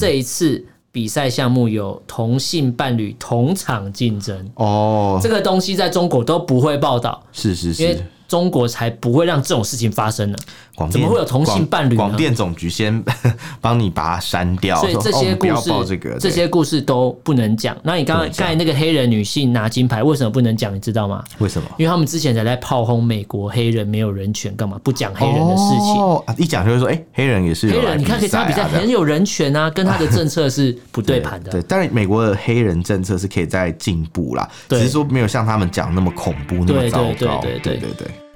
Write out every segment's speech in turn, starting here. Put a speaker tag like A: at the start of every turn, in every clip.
A: 这一次比赛项目有同性伴侣同场竞争，
B: 哦，
A: 这个东西在中国都不会报道，
B: 是是
A: 因为
B: 是，
A: 中国才不会让这种事情发生呢。
B: 广
A: 怎么
B: 电
A: 会有同性
B: 广
A: 伴侣呢
B: 广电总局先 帮你把它删掉，
A: 所以
B: 说
A: 这
B: 哦我
A: 些
B: 们
A: 故
B: 不要
A: 事，
B: 报这个，对
A: 些故事都不能讲。那你刚刚
B: 不能讲
A: 刚才那个黑人女性拿金牌，为什么不能讲？你知道吗？
B: 为什么？
A: 因为他们之前才在炮轰美国黑人没有人权，干嘛不讲黑人的事情？
B: 哦啊一讲就会说，哎，黑人也是有
A: 黑
B: 来
A: 人，你看可以参加比
B: 赛
A: 赛，
B: 啊这样
A: 很有人权啊，跟他的政策是不对盘的。
B: 对，但是美国的黑人政策是可以在进步啦，只
A: 对
B: 是说没有像他们讲那么恐怖、那么
A: 对对
B: 糟
A: 对
B: 糕。
A: 对
B: 对
A: 对
B: 对对，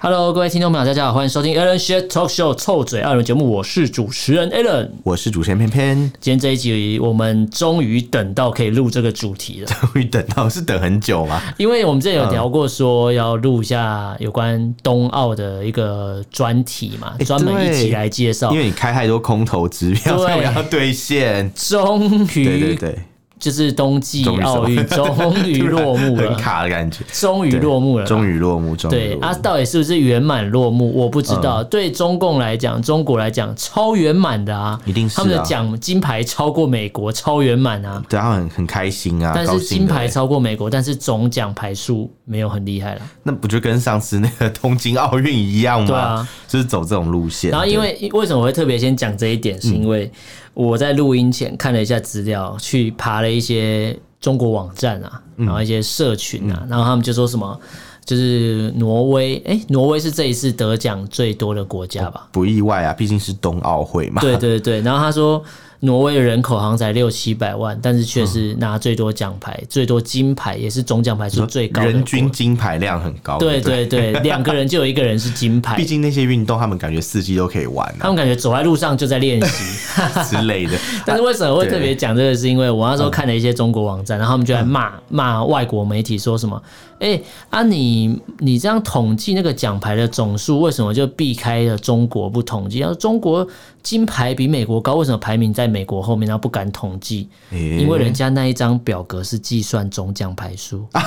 A: Hello，各位听众朋友，大家好，欢迎收听 Alan Share Talk Show 臭嘴二人节目，我是主持人 Alan。
B: 我是主持人偏偏，
A: 今天这一集，我们终于等到可以录这个主题 了，
B: 终于等到是等很久嘛？
A: 因为我们之前有聊过说要录一下有关冬奥的一个专题嘛，
B: 诶
A: 专门一起来介绍
B: 哎因。为你开太多空头支
A: 哦
B: 票，
A: 对
B: 所以我要兑现。
A: 终
B: 对对
A: 于，
B: 对，
A: 就是冬季
B: 终于
A: 奥运终于落幕
B: 很
A: 了，
B: 卡的感觉。
A: 终于
B: 对
A: 落幕了啦，
B: 终于落幕，终于
A: 对
B: 落幕
A: 啊，到底是不是圆满落幕？我不知道。
B: 嗯
A: 对中共来讲，中国来讲，超圆满的啊，
B: 一定是啊
A: 他们的奖金牌超过美国，超圆满啊。
B: 对他们很很开心啊，
A: 但
B: 高
A: 是
B: 兴
A: 金
B: 的
A: 牌
B: 欸
A: 超过美国，但是总奖牌数没有很厉害了。
B: 那不就跟上次那个东京奥运一样吗？
A: 对啊
B: 就是走这种路线。
A: 然后因为为什么我会特别先讲这一
B: 嗯
A: 点，是因为我在录音前看了一下资料，去爬了一些中国网站啊，
B: 嗯
A: 然后一些社群啊，然后他们就说什么，就是挪威，哎，挪威是这一次得奖最多的国家吧？
B: 对不意外啊，毕竟是冬奥会 嘛。
A: 对对对，然后他说挪威的人口好像才六七百万，但是却是拿最多奖牌、最多金牌，也是总奖牌数最高的国
B: 人均。金牌量很高。
A: 对
B: 不
A: 对对，两个人就有一个人是金 牌
B: 毕，竟那些运动他们感觉四季都可以玩
A: 他们感觉走在路上就在练习。
B: 啊 之类的。
A: 但是为什么会
B: 对
A: 特别讲这个？是因为我那时候看了一些中国网站，然后他们就在骂骂外国媒体，说什么：“哎、啊你你这样统计那个奖牌的总数，为什么就避开了中国不统计？然后中国金牌比美国高，为什么排名在美国后面，然后不敢统计？因
B: 因
A: 为人家那一张表格是计算总奖牌数，
B: 啊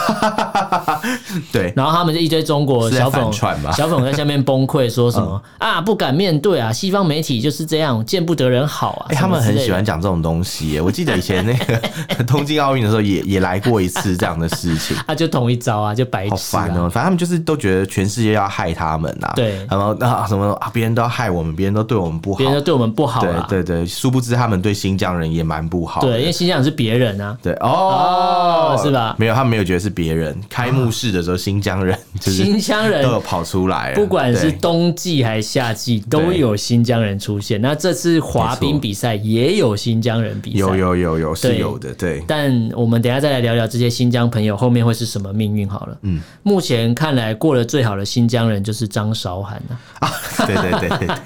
B: 对
A: 然后他们就一堆中国小粉红
B: 是在反串吧嗯
A: 小粉红在下面崩溃，说什么、啊不敢面对啊，西方媒体就是这样，见不得人好啊。
B: 哎、
A: 什
B: 他
A: 么
B: 们
A: 之类
B: 很
A: 的
B: 喜欢讲这种东西耶。我记得以前那 个东京奥运的时候也，也来过一次这样的事情，
A: 啊，就同一招啊，就白
B: 好
A: 痴、啊。
B: 烦哦、反正他们就是都觉得全世界要害他们呐、啊，
A: 对
B: 然后那、啊、什么啊，别人都要害我们，别人都对我们不好
A: 别，人都对我们不好啦。
B: 对对对，殊不知他们对新疆人也蛮不好的。
A: 对因为新疆人是别人啊。
B: 对哦
A: 哦是吧啊
B: 没有，他们没有觉得是别人。开幕式的时候，新疆人就是
A: 新疆人
B: 都有跑出来了，
A: 不管是
B: 对
A: 冬季还是夏季，都有新疆人出现。那这次滑冰比赛也有新疆人比赛，
B: 有。有有有是
A: 对
B: 有的，对，
A: 但我们等一下再来聊聊这些新疆朋友后面会是什么命运好了。嗯，目前看来过得最好的新疆人就是张韶涵啊，
B: 啊，对对对对对，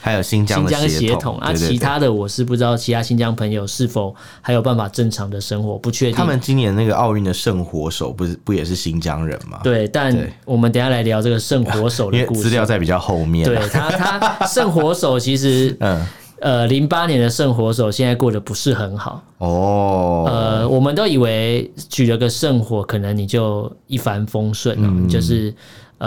B: 还有新疆
A: 新
B: 的
A: 疆血
B: 统
A: 统啊。
B: 对对对
A: 其他的我是不知道，其他新疆朋友是否还有办法正常的生活，不确定。
B: 他们今年那个奥运的圣火手不是不也是新疆人吗？，
A: 对，但
B: 对
A: 我们等一下来聊这个圣火手
B: 因
A: 的
B: 为
A: 故
B: 资
A: 事。
B: 料在比较后面
A: 对
B: 啊。
A: 他，他圣火手其实，
B: 嗯，
A: 呃，零八年的圣火手现在过得不是很好。
B: 哦，
A: 呃，我们都以为举了个圣火，可能你就一帆风顺了、
B: 嗯
A: 就是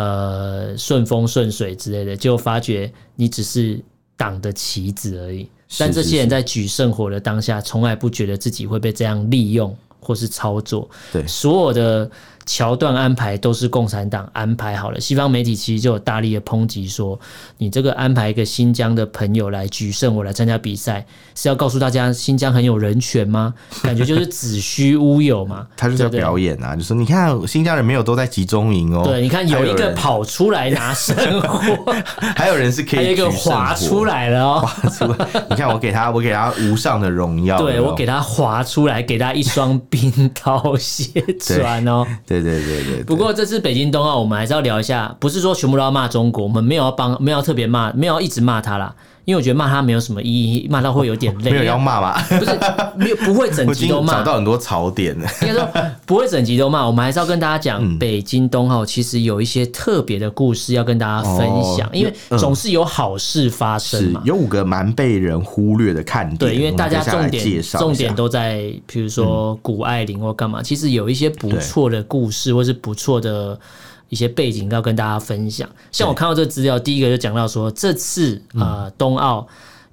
A: 呃顺风顺水之类的，就发觉你只是党的棋子而已。
B: 是
A: 但这
B: 是
A: 些人在举圣火的当下，从来不觉得自己会被这样利用或是操作。
B: 对。
A: 所有的桥段安排都是共产党安排好了。西方媒体其实就有大力的抨击说，你这个安排一个新疆的朋友来举圣火来参加比赛，是要告诉大家新疆很有人权吗？ 感觉就是子虚乌有嘛
B: 他就是要
A: 对不对
B: 表演啊，就说你看新疆人没有都在集中营哦，
A: 对，你看有一
B: 还
A: 个
B: 人，
A: 跑出来拿圣火，
B: 还有人是可以
A: 还有一个
B: 举圣
A: 滑
B: 火
A: 出来了 哦。
B: 出来。你看我给他，我给他无上的荣耀。
A: 对，
B: 有没有
A: 我给他滑出来，给他一双冰刀 鞋穿哦。
B: 对对对对对。
A: 不过这次北京冬奥，我们还是要聊一下，不是说全部都要骂中国，我们没有要帮，没有要特别骂，没有要一直骂他啦。因为我觉得骂他没有什么意义，骂到会有点累。
B: 没有要骂吧？
A: 不是没有不会整
B: 我已
A: 集
B: 经
A: 都骂
B: 找，到很多槽点了。
A: 应该说不会整集都骂，我们还是要跟大家 讲，
B: 嗯
A: 北京冬奥其实有一些特别的故事要跟大家分享，
B: 哦
A: 因为
B: 嗯
A: 总是有好事发生
B: 是
A: 嘛。
B: 有五个蛮被人忽略的看点，
A: 对，因为
B: 我们
A: 大家
B: 接下来
A: 重
B: 介
A: 点
B: 绍一
A: 重
B: 下嗯
A: 点都在，比如说谷爱凌或干嘛，其实有一些不错的故事，或是不错的一些背景要跟大家分享。像我看到这个资料，第一个就讲到说，这次
B: 嗯
A: 呃冬奥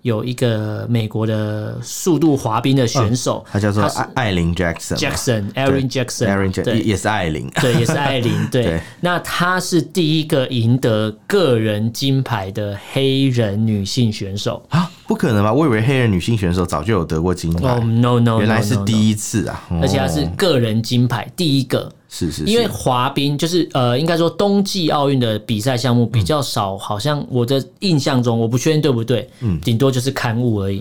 A: 有一个美国的速度滑冰的选手，
B: 哦他叫做
A: 是
B: 艾艾琳 Jackson 嘛
A: Jackson Aaron
B: 对 Aaron
A: Jackson，
B: Jackson 也
A: 对
B: 也是艾琳，
A: 对，也是艾 琳。对
B: 对，
A: 那她是第一个赢得个人金牌的黑人女性选手。
B: 啊，不可能吧？我以为黑人女性选手早就有得过金牌
A: 哦、，no no，, no
B: 原来是
A: 一，
B: 第一次啊！
A: 而且她是
B: 哦
A: 个人金牌第一个。
B: 是是，
A: 因为
B: 是
A: 滑冰就是呃，应该说冬季奥运的比赛项目比较少，好像我的印象中，我不确定对不对，
B: 嗯
A: 顶多就是刊物而已，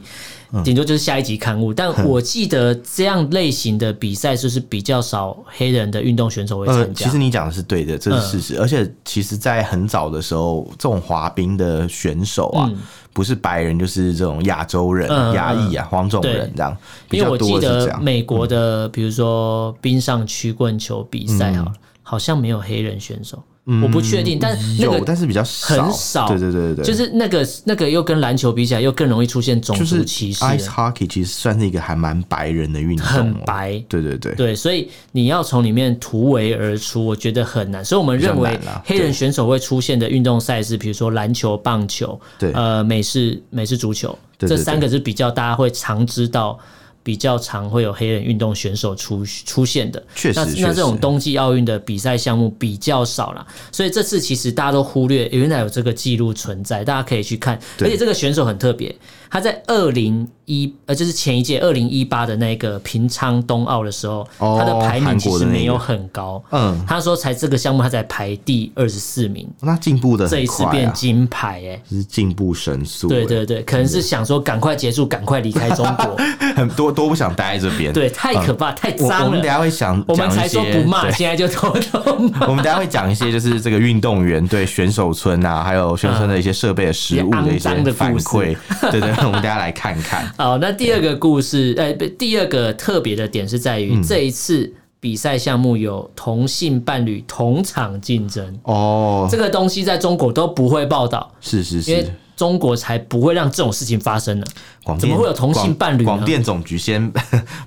A: 顶多就是下一集刊物。但我记得这样类型的比赛就是比较少黑人的运动选手会
B: 呃，
A: 参加。嗯
B: 其实你讲的是对的，这是事实。而且其实，在很早的时候，这种滑冰的选手啊，不是白人就是这种亚洲人
A: 嗯、
B: 亚裔啊、黄种人这样，比
A: 因为
B: 较
A: 我记
B: 多是这
A: 得
B: 样。嗯
A: 美国的，比如说冰上曲棍球比赛好了，好像没有黑人选手，我不确定，但那
B: 嗯有，
A: 个
B: 但是比较
A: 很少
B: 对对对对对，
A: 就是那个那个又跟篮球比起来，又更容易出现种
B: 就是
A: 族歧视，
B: ice hockey 其实算是一个还蛮白人的运动，
A: 很。白。
B: 对对对，
A: 对，所以你要从里面突围而出，我觉得很难。所以我们认为
B: 比较难啦啊
A: 黑人选手会出现的运动赛事，比如说篮球、棒球，
B: 对
A: 呃，美式美式足球，
B: 对
A: 这
B: 对
A: 三个是比较大家会常知道。比较常会有黑人运动选手出出现的，
B: 确实
A: 那
B: 确
A: 那这种
B: 实
A: 冬季奥运的比赛项目比较少啦，所以这次其实大家都忽略诶原来有这个记录存在，大家可以去看。而
B: 对
A: 且这个选手很特别，他在二零一呃就是前一届二零一八的那个平昌冬奥的时候，
B: 哦
A: 他的排名其实没有
B: 韩国的那个
A: 很高。
B: 嗯，啊
A: 他说才这个项目他才排第二十四名，
B: 那进步的
A: 这一
B: 很
A: 次
B: 快
A: 变
B: 啊，
A: 金牌哎、
B: 是进步神速。
A: 对对对，可能是想说赶快结束，赶快离开中国。
B: 欸， 很多都不想待在这边。
A: 对，太可怕，太
B: 我我
A: 脏
B: 们等一
A: 了。
B: 下会想，
A: 我们
B: 讲一
A: 才说
B: 些
A: 不骂，
B: 对
A: 现在就偷偷 骂。
B: 我们等一下会讲一些，就是这个运动员对选手村啊，还有选手村的一些设备、食物的一
A: 肮脏的
B: 些反
A: 故事
B: 馈。对对，对我们等一下来看看。
A: 好，那第二个故事，呃，不第二个特别的点是在于、
B: 嗯
A: 这一次比赛项目有同性伴侣同场竞争，
B: 哦
A: 这，个东西在中国都不会报道，
B: 是是
A: 因为
B: 是，
A: 中国才不会让这种事情发生呢。
B: 广电
A: 怎么会有同性伴侣呢
B: 广广电总局先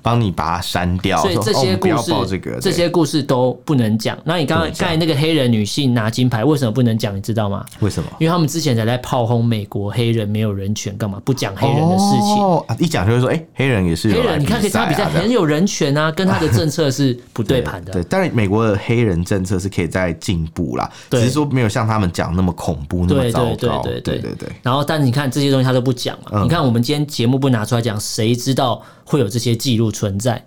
B: 帮你把它删掉，
A: 所以
B: 说
A: 这
B: 哦我
A: 些
B: 们
A: 故
B: 不要
A: 事，
B: 报这个
A: 这
B: 对
A: 些故事都不能讲。那你刚刚
B: 不能讲
A: 刚才那个黑人女性拿金牌，为什么不能讲？你知道吗？
B: 为什么？
A: 因为他们之前才在炮轰美国黑人没有人权，干嘛不讲黑人的事情？
B: 哦啊一讲就会说，哎、黑人也是有
A: 黑
B: 来
A: 人，你看，可以参加比赛
B: 赛啊这样
A: 很有人权 啊，跟他的政策是不对盘的。
B: 对，但是美国的黑人政策是可以在进步啦，
A: 对
B: 只是说没有像他们讲那么恐怖，那么
A: 对
B: 糟
A: 对对
B: 糕。
A: 对
B: 对
A: 对
B: 对对嗯
A: 然后，但你看这些东西他都不讲嘛。你看我们今天节目不拿出来讲，谁知道会有这些记录存在？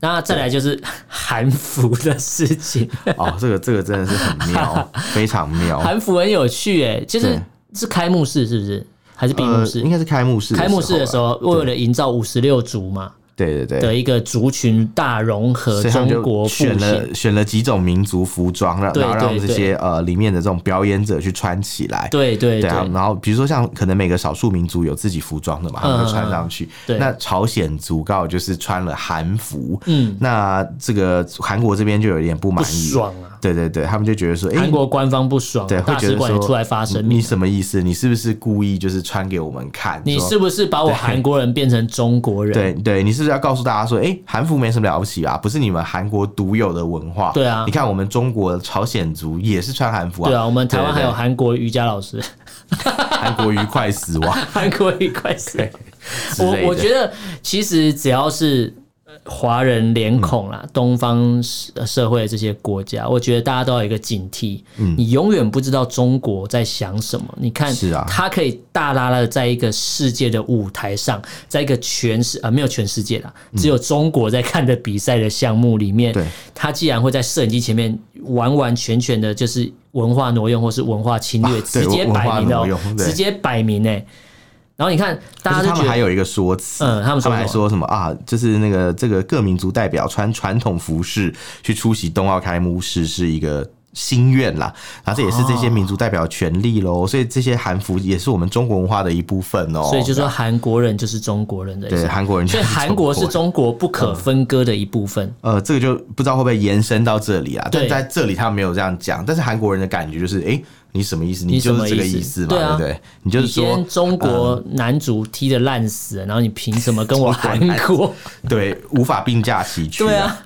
A: 那再来就是韩服的事情，
B: 哦，这个这个真的是 很妙，非常妙。呃
A: 韩服很有趣诶、就是
B: 对
A: 是开幕式是不是？还是闭幕
B: 呃，
A: 式？
B: 应该是开幕式，
A: 开幕式的时，候，为了营造五十六族嘛
B: 对对
A: 的
B: 对，
A: 一个族群大融合，
B: 所以他们
A: 中
B: 就
A: 国复兴。
B: 选了选了几种民族服装，让
A: 对
B: 然后
A: 对
B: 让这
A: 对
B: 些呃里面的这种表演者去穿起来。
A: 对对对，
B: 对
A: 嗯
B: 啊，然后比如说像可能每个少数民族有自己服装的嘛，他们就穿上去。
A: 对
B: 那朝鲜族刚好就是穿了韩服，
A: 嗯，
B: 那这个韩国这边就有点不满
A: 不
B: 意，
A: 爽啊！
B: 对对对，他们就觉得说，哎、
A: 韩国官方不爽，啊
B: 对会
A: 大
B: 觉
A: 使
B: 得
A: 馆也
B: 说
A: 出来发声
B: 你
A: 明。啊
B: 什么意思？你是不是故意就是穿给我们看？
A: 你
B: 说
A: 是不是把我韩国人变成中国人？
B: 对对，你是不是要告诉大家说，哎、韩服没什么了不起啊，不是你们韩国独有的文化。
A: 对啊
B: 你看我们中国朝鲜族也是穿韩服啊。
A: 对啊，我们台湾还有
B: 对
A: 韩国瑜伽老师，
B: 对对韩国瑜快死亡
A: 韩国瑜快死了。
B: 之类的。
A: 我我觉得其实只要是呃华人脸孔
B: 嗯
A: 啦，东方社呃社会这些国家，我觉得大家都要有一个警惕。你永远不知道中国在想什么。你看，
B: 嗯是啊
A: 他可以大拉拉的在一个世界的舞台上，在一个全世啊、没有全世界啦，只有中国在看的比赛的项目里面，
B: 嗯对
A: 他既然会在摄影机前面完完全全的就是文化挪用或是文化侵略，
B: 啊对
A: 直接
B: 文文化
A: 摆明的、
B: 挪
A: 哦，
B: 用对
A: 直接摆明哎、然后你看， 大家
B: 可是
A: 就
B: 他
A: 觉
B: 们
A: 得
B: 还有一个说辞，
A: 嗯他们说什么
B: 还说什么啊？就是那个这个各民族代表穿传统服饰去出席冬奥开幕式是一个心愿啦，然后这也是这些民族代表权利喽，所以这些韩服也是我们中国文化的一部分哦。
A: 所以就说韩国人就是中国人的意思，
B: 对韩国人就
A: 所
B: 是
A: 以韩国是中国不可分割的一部分。
B: 呃，这个就不知道会不会延伸到这里啦。但
A: 对
B: 在这里他没有这样讲，但是韩国人的感觉就是，诶，你什么意思？你
A: 你什
B: 就
A: 么
B: 是这个
A: 意思
B: 思嘛，
A: 对啊
B: 对不对？你就是
A: 你今
B: 说
A: 天，中国男足踢的烂死了，然后你凭什么跟我韩 国？
B: 对，无法并驾齐驱。
A: 对啊，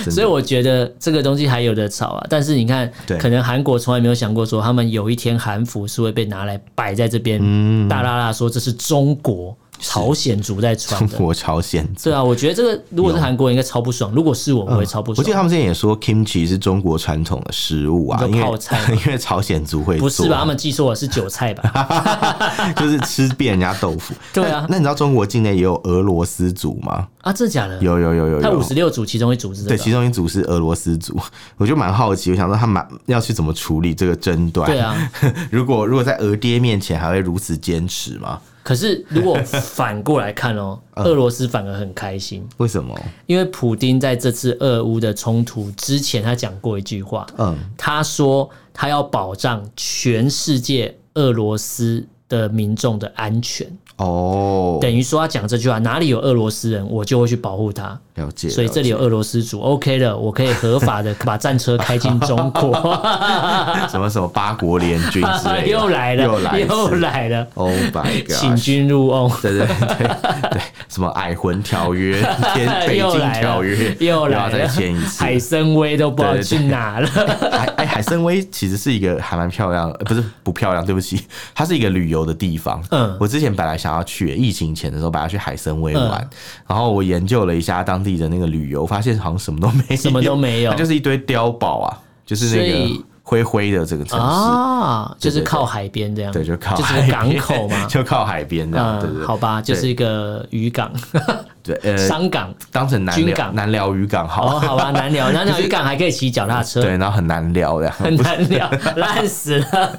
B: 真的，
A: 所以我觉得这个东西还有的吵啊。但是你看
B: 对，
A: 可能韩国从来没有想过说他们有一天韩服是会被拿来摆在这边，
B: 嗯
A: 大啦啦说这是中国朝鲜族在穿
B: 中
A: 的。
B: 国朝鲜
A: 对啊，我觉得这个如果是韩国人应该超不爽，如果是我，我会超不
B: 嗯我记得
A: 爽。
B: 他们之前也说，kimchi 是中国传统的食物啊，
A: 你
B: 因
A: 说
B: 为
A: 泡菜
B: 因为朝鲜族会做，
A: 不是吧？他们记错了，是韭菜吧？
B: 就是吃遍人家豆腐。
A: 对啊
B: 那那你知道中国境内也有俄罗斯族吗？
A: 啊，真的假的？
B: 有有有有
A: 他五
B: 有
A: 十。六组，其中一组是这
B: 对，
A: 个。
B: 其中一组是俄罗斯族，我就蛮好奇，我想说他蛮要去怎么处理这个争端。
A: 对，啊，
B: 如果如果在俄爹面前还会如此坚持吗？
A: 可是如果反过来看 哦，
B: 嗯
A: 俄罗斯反而很开心，
B: 为什么？
A: 因为普丁在这次俄乌的冲突之前，他讲过一句话，
B: 嗯，
A: 他说他要保障全世界俄罗斯的民众的安全，
B: 哦，
A: 等于说他讲这句话，哪里有俄罗斯人，我就会去保护他。
B: 了解。
A: 所以这里有俄罗斯族，OK 的，我可以合法的把战车开进中国。
B: 了解什么什么八国联军 之类的，
A: 又来了，
B: 又来一次，
A: 又来了，
B: Oh my god！
A: 请君入哦瓮。
B: 对对对对对，什么矮魂 条约、天北
A: 又
B: 京
A: 来
B: 条
A: 了
B: 约，，
A: 又
B: 又
A: 来
B: 要
A: 了，
B: 再签一次。
A: 海参崴都不知道去哪了。
B: 海哎，海参崴其实是一个还蛮漂亮的，呃不是不漂亮，对 不起，它是一个旅游的地方。
A: 嗯
B: 我之前本来想要去，疫情前的时候本来要去海参崴玩，
A: 嗯
B: 然后我研究了一下当地的那个旅游，发现好像什么都没有，
A: 什么都没有
B: 它就是一堆碉堡啊，就是那
A: 所
B: 个
A: 以
B: 灰灰的这个城市。
A: 啊，就
B: 对
A: 是
B: 对
A: 靠海边这样，
B: 对，就靠
A: 就是
B: 海
A: 个港
B: 边
A: 口嘛。
B: 就靠海边这样，对
A: 嗯，
B: 对对
A: 好吧，就是一个渔港、
B: 对，呃，
A: 商港。
B: 当成南
A: 军
B: 寮
A: 港
B: 南寮渔港好
A: 哦，好吧，难 聊，难聊。渔港还可以骑脚踏车，
B: 对，然后很难聊的。
A: 很难聊， 烂死了。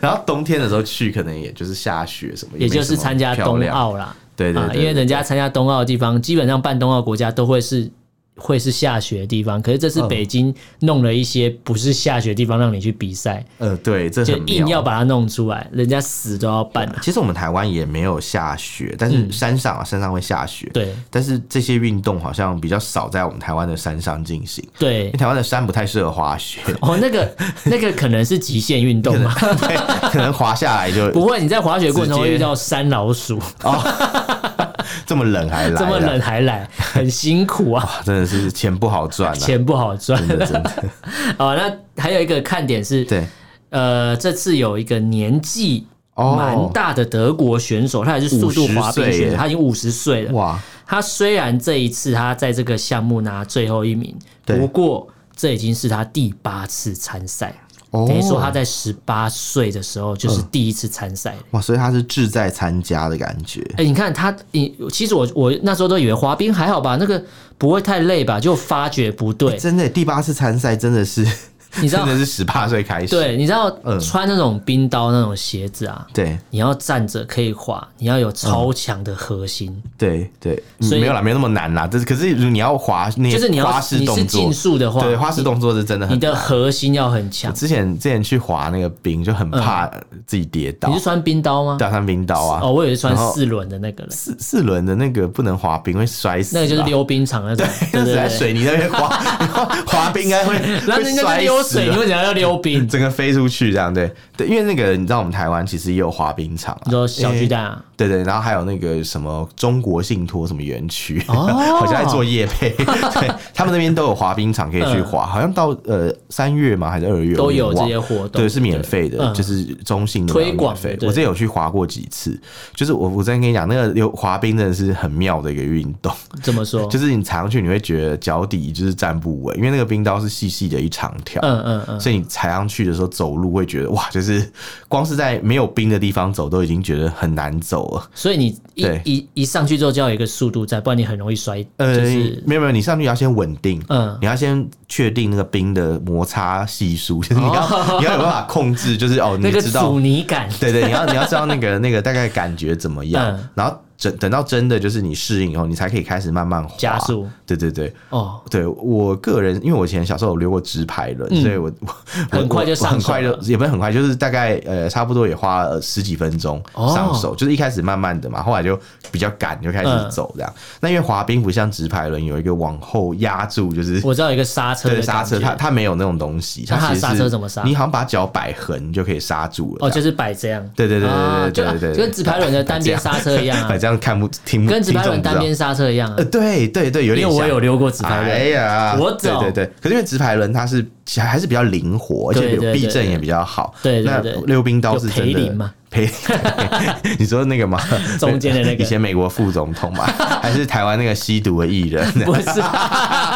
B: 然后冬天的时候去，可能也就是下雪什么，
A: 也就是参加冬
B: 也没什么漂亮，
A: 奥啦，
B: 对对
A: 啊，
B: 对，
A: 因为人家参加冬奥的地方，基本上办冬奥国家都会是。会是下雪的地方，可是这次
B: 嗯
A: 北京弄了一些不是下雪的地方让你去比赛，
B: 呃，对，这
A: 就
B: 很
A: 硬要
B: 妙。
A: 把它弄出来，人家死都要办、啊嗯
B: 其实我们台湾也没有下雪，但是山上啊，山上会下雪。
A: 对
B: 但是这些运动好像比较少在我们台湾的山上进行，
A: 对
B: 因为，台湾的山不太适合滑雪，
A: 哦，那个那个可能是极限运 动嘛，
B: 对， 可能滑下来就
A: 不会，你在滑雪过程中
B: 直
A: 会
B: 接
A: 遇到山老鼠，
B: 这么冷还来，
A: 这么冷，还来，很辛苦 啊，
B: 真的是钱不好赚啊，
A: 钱不好赚。
B: 真的真的，
A: 哦，那还有一个看点是，
B: 对，
A: 呃，这次有一个年纪
B: 哦
A: 蛮大的德国选手，他也是速度滑冰
B: 50岁
A: 选
B: 耶
A: 手，他已经五十岁了。
B: 哇，
A: 他虽然这一次他在这个项目拿最后一名，
B: 对
A: 不过这已经是他第八次参赛，
B: 哦
A: 等于说他在十八岁的时候就是第一次参赛。
B: 哇，所以他是志在参加的感觉，
A: 哎、你看他，你其实我我那时候都以为滑冰还好吧，那个不会太累吧，就发觉不对，
B: 真的第八次参赛真的是，
A: 你知道
B: 真的是十八岁开始，
A: 对，你知道、
B: 嗯
A: 穿那种冰刀那种鞋子啊，
B: 对
A: 你要站着可以滑，你要有超强的核心，
B: 对对，嗯
A: 所以
B: 没有啦，没有那么难啦。但是可是你要滑，你
A: 就是你要
B: 花式
A: 你是
B: 动作
A: 竞，速的话，
B: 对花式动作是真的
A: 你
B: 很
A: 的
B: 难。
A: 核心要很强。
B: 之前之前去滑那个冰就很怕自己跌倒
A: 你是，穿冰刀吗？
B: 对啊，像冰刀啊
A: 哦，，我以为是穿
B: 然后啊
A: 四轮的那个嘞，
B: 四四轮的那个不能滑冰会摔死啊，
A: 那个就是溜冰场那种，对
B: 那只
A: 对
B: 在
A: 对。
B: 水泥那边滑 滑冰应该会
A: 那
B: 会
A: 那那
B: 摔
A: 个溜
B: 死啊
A: 水，
B: 吧
A: 你为什么要溜冰？
B: 整个飞出去这样对对，因为那个你知道我们台湾其实也有滑冰场啊
A: 你，说小巨蛋啊？
B: 对对，然后还有那个什么中国信托什么园区，
A: 哦
B: 好像在做夜配， 对他们那边都有滑冰场可以去滑，好像到呃三月吗还是二月
A: 嗯都有
B: 我忘了
A: 这些活动
B: 对，是免费的，
A: 嗯
B: 就是中性的
A: 推
B: 免
A: 广的
B: 费。
A: 对
B: 我之前有去滑过几次，就是我我之前跟你讲，那个溜滑冰真的是很妙的一个运动，
A: 这么说？
B: 就是你踩上去你会觉得脚底就是站不稳，因为那个冰刀是细细的一长条，
A: 嗯嗯嗯，
B: 所以你踩上去的时候走路会觉得哇，就是光是在没有冰的地方走都已经觉得很难走了。
A: 所以你一
B: 对
A: 一一上去之后就要有一个速度在，不然你很容易摔，
B: 呃，
A: 就是
B: 没有没有，你上去要先稳定，
A: 嗯
B: 你要先确定那个冰的摩擦系数，就是你要、你要有办法控制，就是哦，
A: 那
B: 你
A: 个
B: 知道
A: 阻，尼感。
B: 对对，你要你要知道那个那个大概感觉怎么样，
A: 嗯
B: 然后。真等到真的就是你适应以后，你才可以开始慢慢滑
A: 加速。
B: 对对对，
A: 哦，
B: 对我个人，因为我以前小时候有溜过直排轮，所以我我
A: 嗯很快就
B: 我
A: 上手
B: 很快就
A: 了
B: 也不是很快，就是大概呃差不多也花了十几分钟
A: 哦
B: 上手，就是一开始慢慢的嘛，后来就比较赶就开始
A: 嗯
B: 走这样。那因为滑冰不像直排轮有一个往后压住，就是
A: 我知道有一个刹车的
B: 对刹车，
A: 感觉
B: 它它没有那种东西，
A: 那它的
B: 其实
A: 刹
B: 是
A: 车怎么刹
B: 你好像把脚摆横就可以刹住了
A: 哦，就
B: 这样。
A: 是摆这样，
B: 对对对
A: 啊
B: 对
A: 就
B: 对对对，
A: 跟直排轮的单边刹车一样啊
B: 反这样看不听不
A: 跟直排
B: 听众
A: 轮
B: 不知
A: 单
B: 道
A: 边刹车一样啊
B: 呃，。对对对，有
A: 因
B: 点
A: 为我
B: 像
A: 有溜过直排
B: 哎
A: 轮，
B: 呀，
A: 我
B: 对
A: 懂
B: 对对，可是因为直排轮它是其还是比较灵活，而且
A: 对对
B: 有
A: 对
B: 避震也比较好。
A: 对对
B: 那
A: 对
B: 溜冰刀是
A: 有
B: 真
A: 培
B: 的
A: 林嘛？
B: 培， 你说那个吗？
A: 中间的那个
B: 以前美国副总 统嘛，还是台湾那个吸毒的艺人？
A: 不是，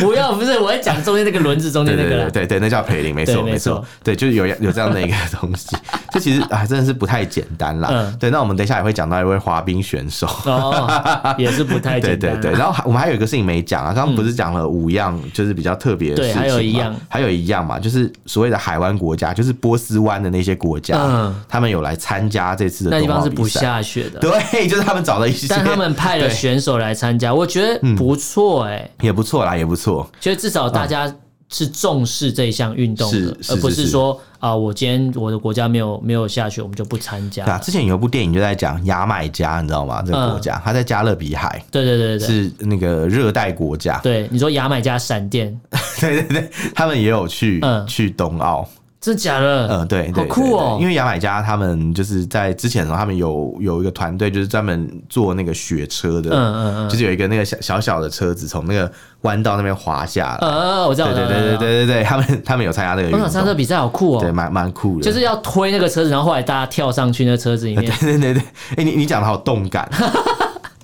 A: 不要，不是，我在讲中间那个轮子中
B: 对
A: 间那
B: 对
A: 个
B: 对
A: 啦。
B: 对对，那叫培林，没
A: 对
B: 错
A: 没
B: 没错
A: 错，
B: 对，就是有有这样的一个东西，这其实啊真的是不太简单啦
A: 嗯。
B: 对，那我们等一下也会讲到一位滑冰选手，
A: 哦，也是不太
B: 对
A: 简单
B: 对
A: 啊。
B: 对，然后还我们还有一个事情没讲啊，刚刚不是讲了五样就是比较特别的
A: 对
B: 事情嘛
A: 还有一样，
B: 还有一样嘛，就是所谓的海湾国家，就是波斯湾的那些国家，
A: 嗯
B: 他们有来参加这次的
A: 那地
B: 冬
A: 方
B: 奥
A: 是不
B: 比赛。
A: 下雪的，
B: 对，就是他们找了一些，
A: 但他们派了
B: 对嗯
A: 选手来参加，我觉得不错哎，
B: 也不错啦，也不错。
A: 觉得至少大家是重视这一项运动的
B: 是，啊是
A: 而不
B: 是
A: 是
B: 是
A: 说啊，我今天我的国家没有没有下雪，我们就不参加
B: 对啊，
A: 了。
B: 之前有一部电影就在讲牙买加，你知道吗？这个国家，它在加勒比海。
A: 对对嗯对对对。
B: 是那个热带国家，
A: 对，你说牙买加闪电，
B: 对对对，他们也有去、
A: 嗯
B: 去冬奥，
A: 真假的？
B: 嗯，对，
A: 好
B: 对
A: 酷
B: 对
A: 哦
B: 对因为牙买加他们就是在之前的时候，他们有有一个团队，就是专门做那个雪车的，
A: 嗯嗯嗯
B: 就是有一个那个小小小的车子从那个弯道那边滑下来。
A: 呃，我知道，
B: 对对
A: 我知
B: 对
A: 道哦
B: 对对，对对，他们 他们有参加那个运
A: 我
B: 动，
A: 想上这比赛好酷
B: 对，
A: 哦，
B: 蛮蛮酷的。
A: 就是要推那个车子，然后后来大家跳上去那个车子里面，
B: 对对对，哎，你你讲的好 动感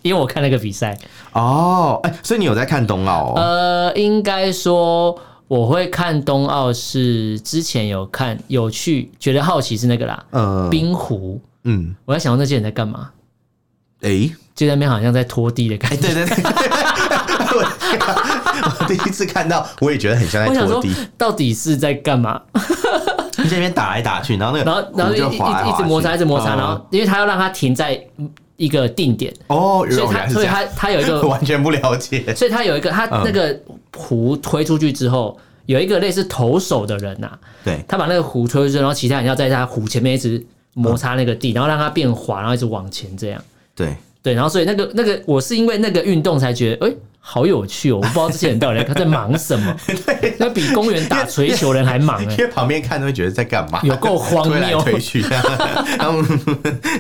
A: 因为我看那个比赛，
B: 哦，哎，所以你有在看冬奥哦？
A: 呃，应该说我会看冬奥是之前有看有去，觉得好奇是那个啦，
B: 嗯
A: 呃冰壶，
B: 嗯，
A: 我在想那些人在干嘛，
B: 哎
A: 就在那边好像在拖地的感
B: 哎，
A: 觉。
B: 对对 对，我 我第一次看到，我也觉得很像
A: 我
B: 在
A: 想
B: 哎拖
A: 说
B: 地，，
A: 到底是在干嘛？
B: 你在那边打来打去，然后那个
A: 然后，然后
B: 壶
A: 一
B: 就
A: 一
B: 滑来
A: 一一
B: 滑
A: 直
B: 去
A: 摩擦，一直摩擦，
B: 嗯
A: 然后因为他要让它停在一个定 点，
B: 哦，原
A: 所以
B: 来
A: 他，
B: 是
A: 所
B: 这
A: 以
B: 样，嗯
A: 他他呃有一 个
B: 完全不了解。
A: 所以他有一个，他那个壶推出去之后，有一个类似投手的人呐、啊
B: 对，
A: 他把那个壶推出去，然后其他人要在他壶前面一直摩擦那个
B: 嗯
A: 地，然后让它变滑，然后一直往前这样。
B: 对，
A: 对，然后所以那个那个，我是因为那个运动才觉得，哎、好有趣哦！我不知道这些人到底在在忙什 么，那比公园打锤球人还忙哎、
B: 因为旁边看都会觉得在干嘛，
A: 有够荒谬
B: 推来 推去，然后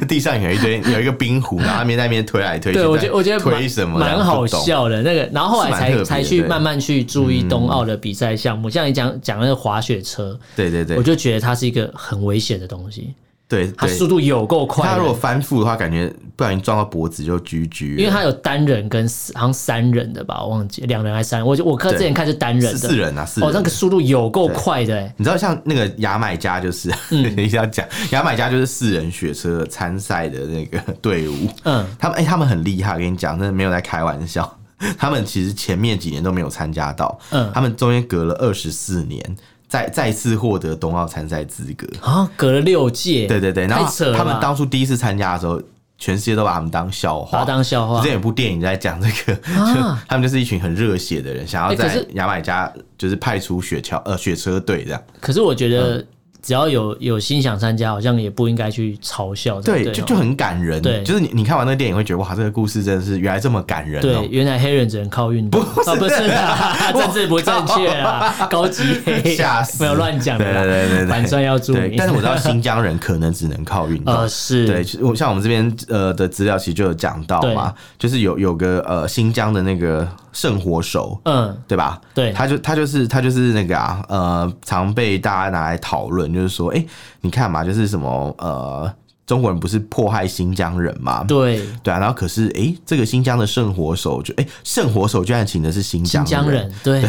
B: 地上有一堆有一个冰壶，然后他们在那边推来推去，
A: 对，我觉
B: 在
A: 得我觉得
B: 推什么
A: 蛮蛮好，笑的那个，然后后来
B: 是蛮特别
A: 才
B: 的
A: 才去
B: 对
A: 慢慢去注意冬奥的比赛项目，像你讲讲那个滑雪车，
B: 对对
A: 我
B: 对
A: 就觉得它是一个很危险的东西，
B: 对
A: 它速
B: 对。
A: 度有够快
B: 他如果
A: 的，
B: 翻覆的话，感觉不小心撞到脖子就居居，
A: 因为它有单人跟四好像三人的吧，我忘记两人还是三人，我就我看之
B: 对
A: 前看是单人
B: 是
A: 的，
B: 四人啊，四人。
A: 哦，那个速度有够快的、欸，
B: 你知道像那个牙买加就是，
A: 嗯
B: 一定要讲牙买加就是四人雪车参赛的那个队伍，
A: 嗯，
B: 他们哎、他们很厉害，我跟你讲，真的没有在开玩笑。 他们其实前面几年都没有参加到，
A: 嗯
B: 他们中间隔了二十四年，再再次获得冬奥参赛资格。
A: 啊，隔了六届，
B: 对对对，然
A: 太
B: 后
A: 扯了吧，
B: 他们当初第一次参加的时候，全世界都把他们当笑
A: 把
B: 话
A: 它。当笑话啊
B: 之前，有部电影在讲这个， 就他们就是一群很热血的人，想要
A: 哎可
B: 在
A: 是
B: 牙买加就是派出雪橇呃雪车队这样。
A: 可是我觉
B: 嗯
A: 得只要有有心想参加，好像也不应该去嘲笑才
B: 对，
A: 对，哦
B: 就就。很感人。
A: 对
B: 就是你你看完那个电影会觉得哇，这个故事真的是原来这么感人哦、
A: 对，原来黑人只能靠运动，啊，不是 啊，政治不正确啊，高级黑，
B: 吓死
A: 没有乱讲的啦，
B: 对对对对对
A: 反正要注
B: 对
A: 意，。
B: 但是我知道新 疆人可能只能靠运动。
A: 呃是，
B: 对，其实我像我们这边呃的资料其实就有讲到嘛，就是有有个呃新疆的那个圣火手，
A: 嗯，
B: 对吧？
A: 对，
B: 他就他就是他就是那个啊，呃，常被大家拿来讨论，就是说，哎、你看嘛，就是什么呃，中国人不是迫害新疆人嘛？
A: 对，
B: 对啊，然后可是哎、诶这个新疆的圣火手就哎、圣火手居然请的是新
A: 新
B: 疆
A: 疆人，对，